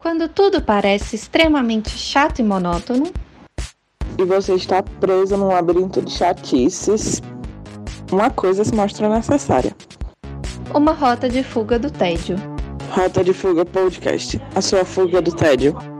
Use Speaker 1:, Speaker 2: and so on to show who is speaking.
Speaker 1: Quando tudo parece extremamente chato e monótono,
Speaker 2: e você está presa num labirinto de chatices, uma coisa se mostra necessária.
Speaker 1: uma rota de fuga do tédio.
Speaker 2: Rota de Fuga Podcast, a sua fuga do tédio.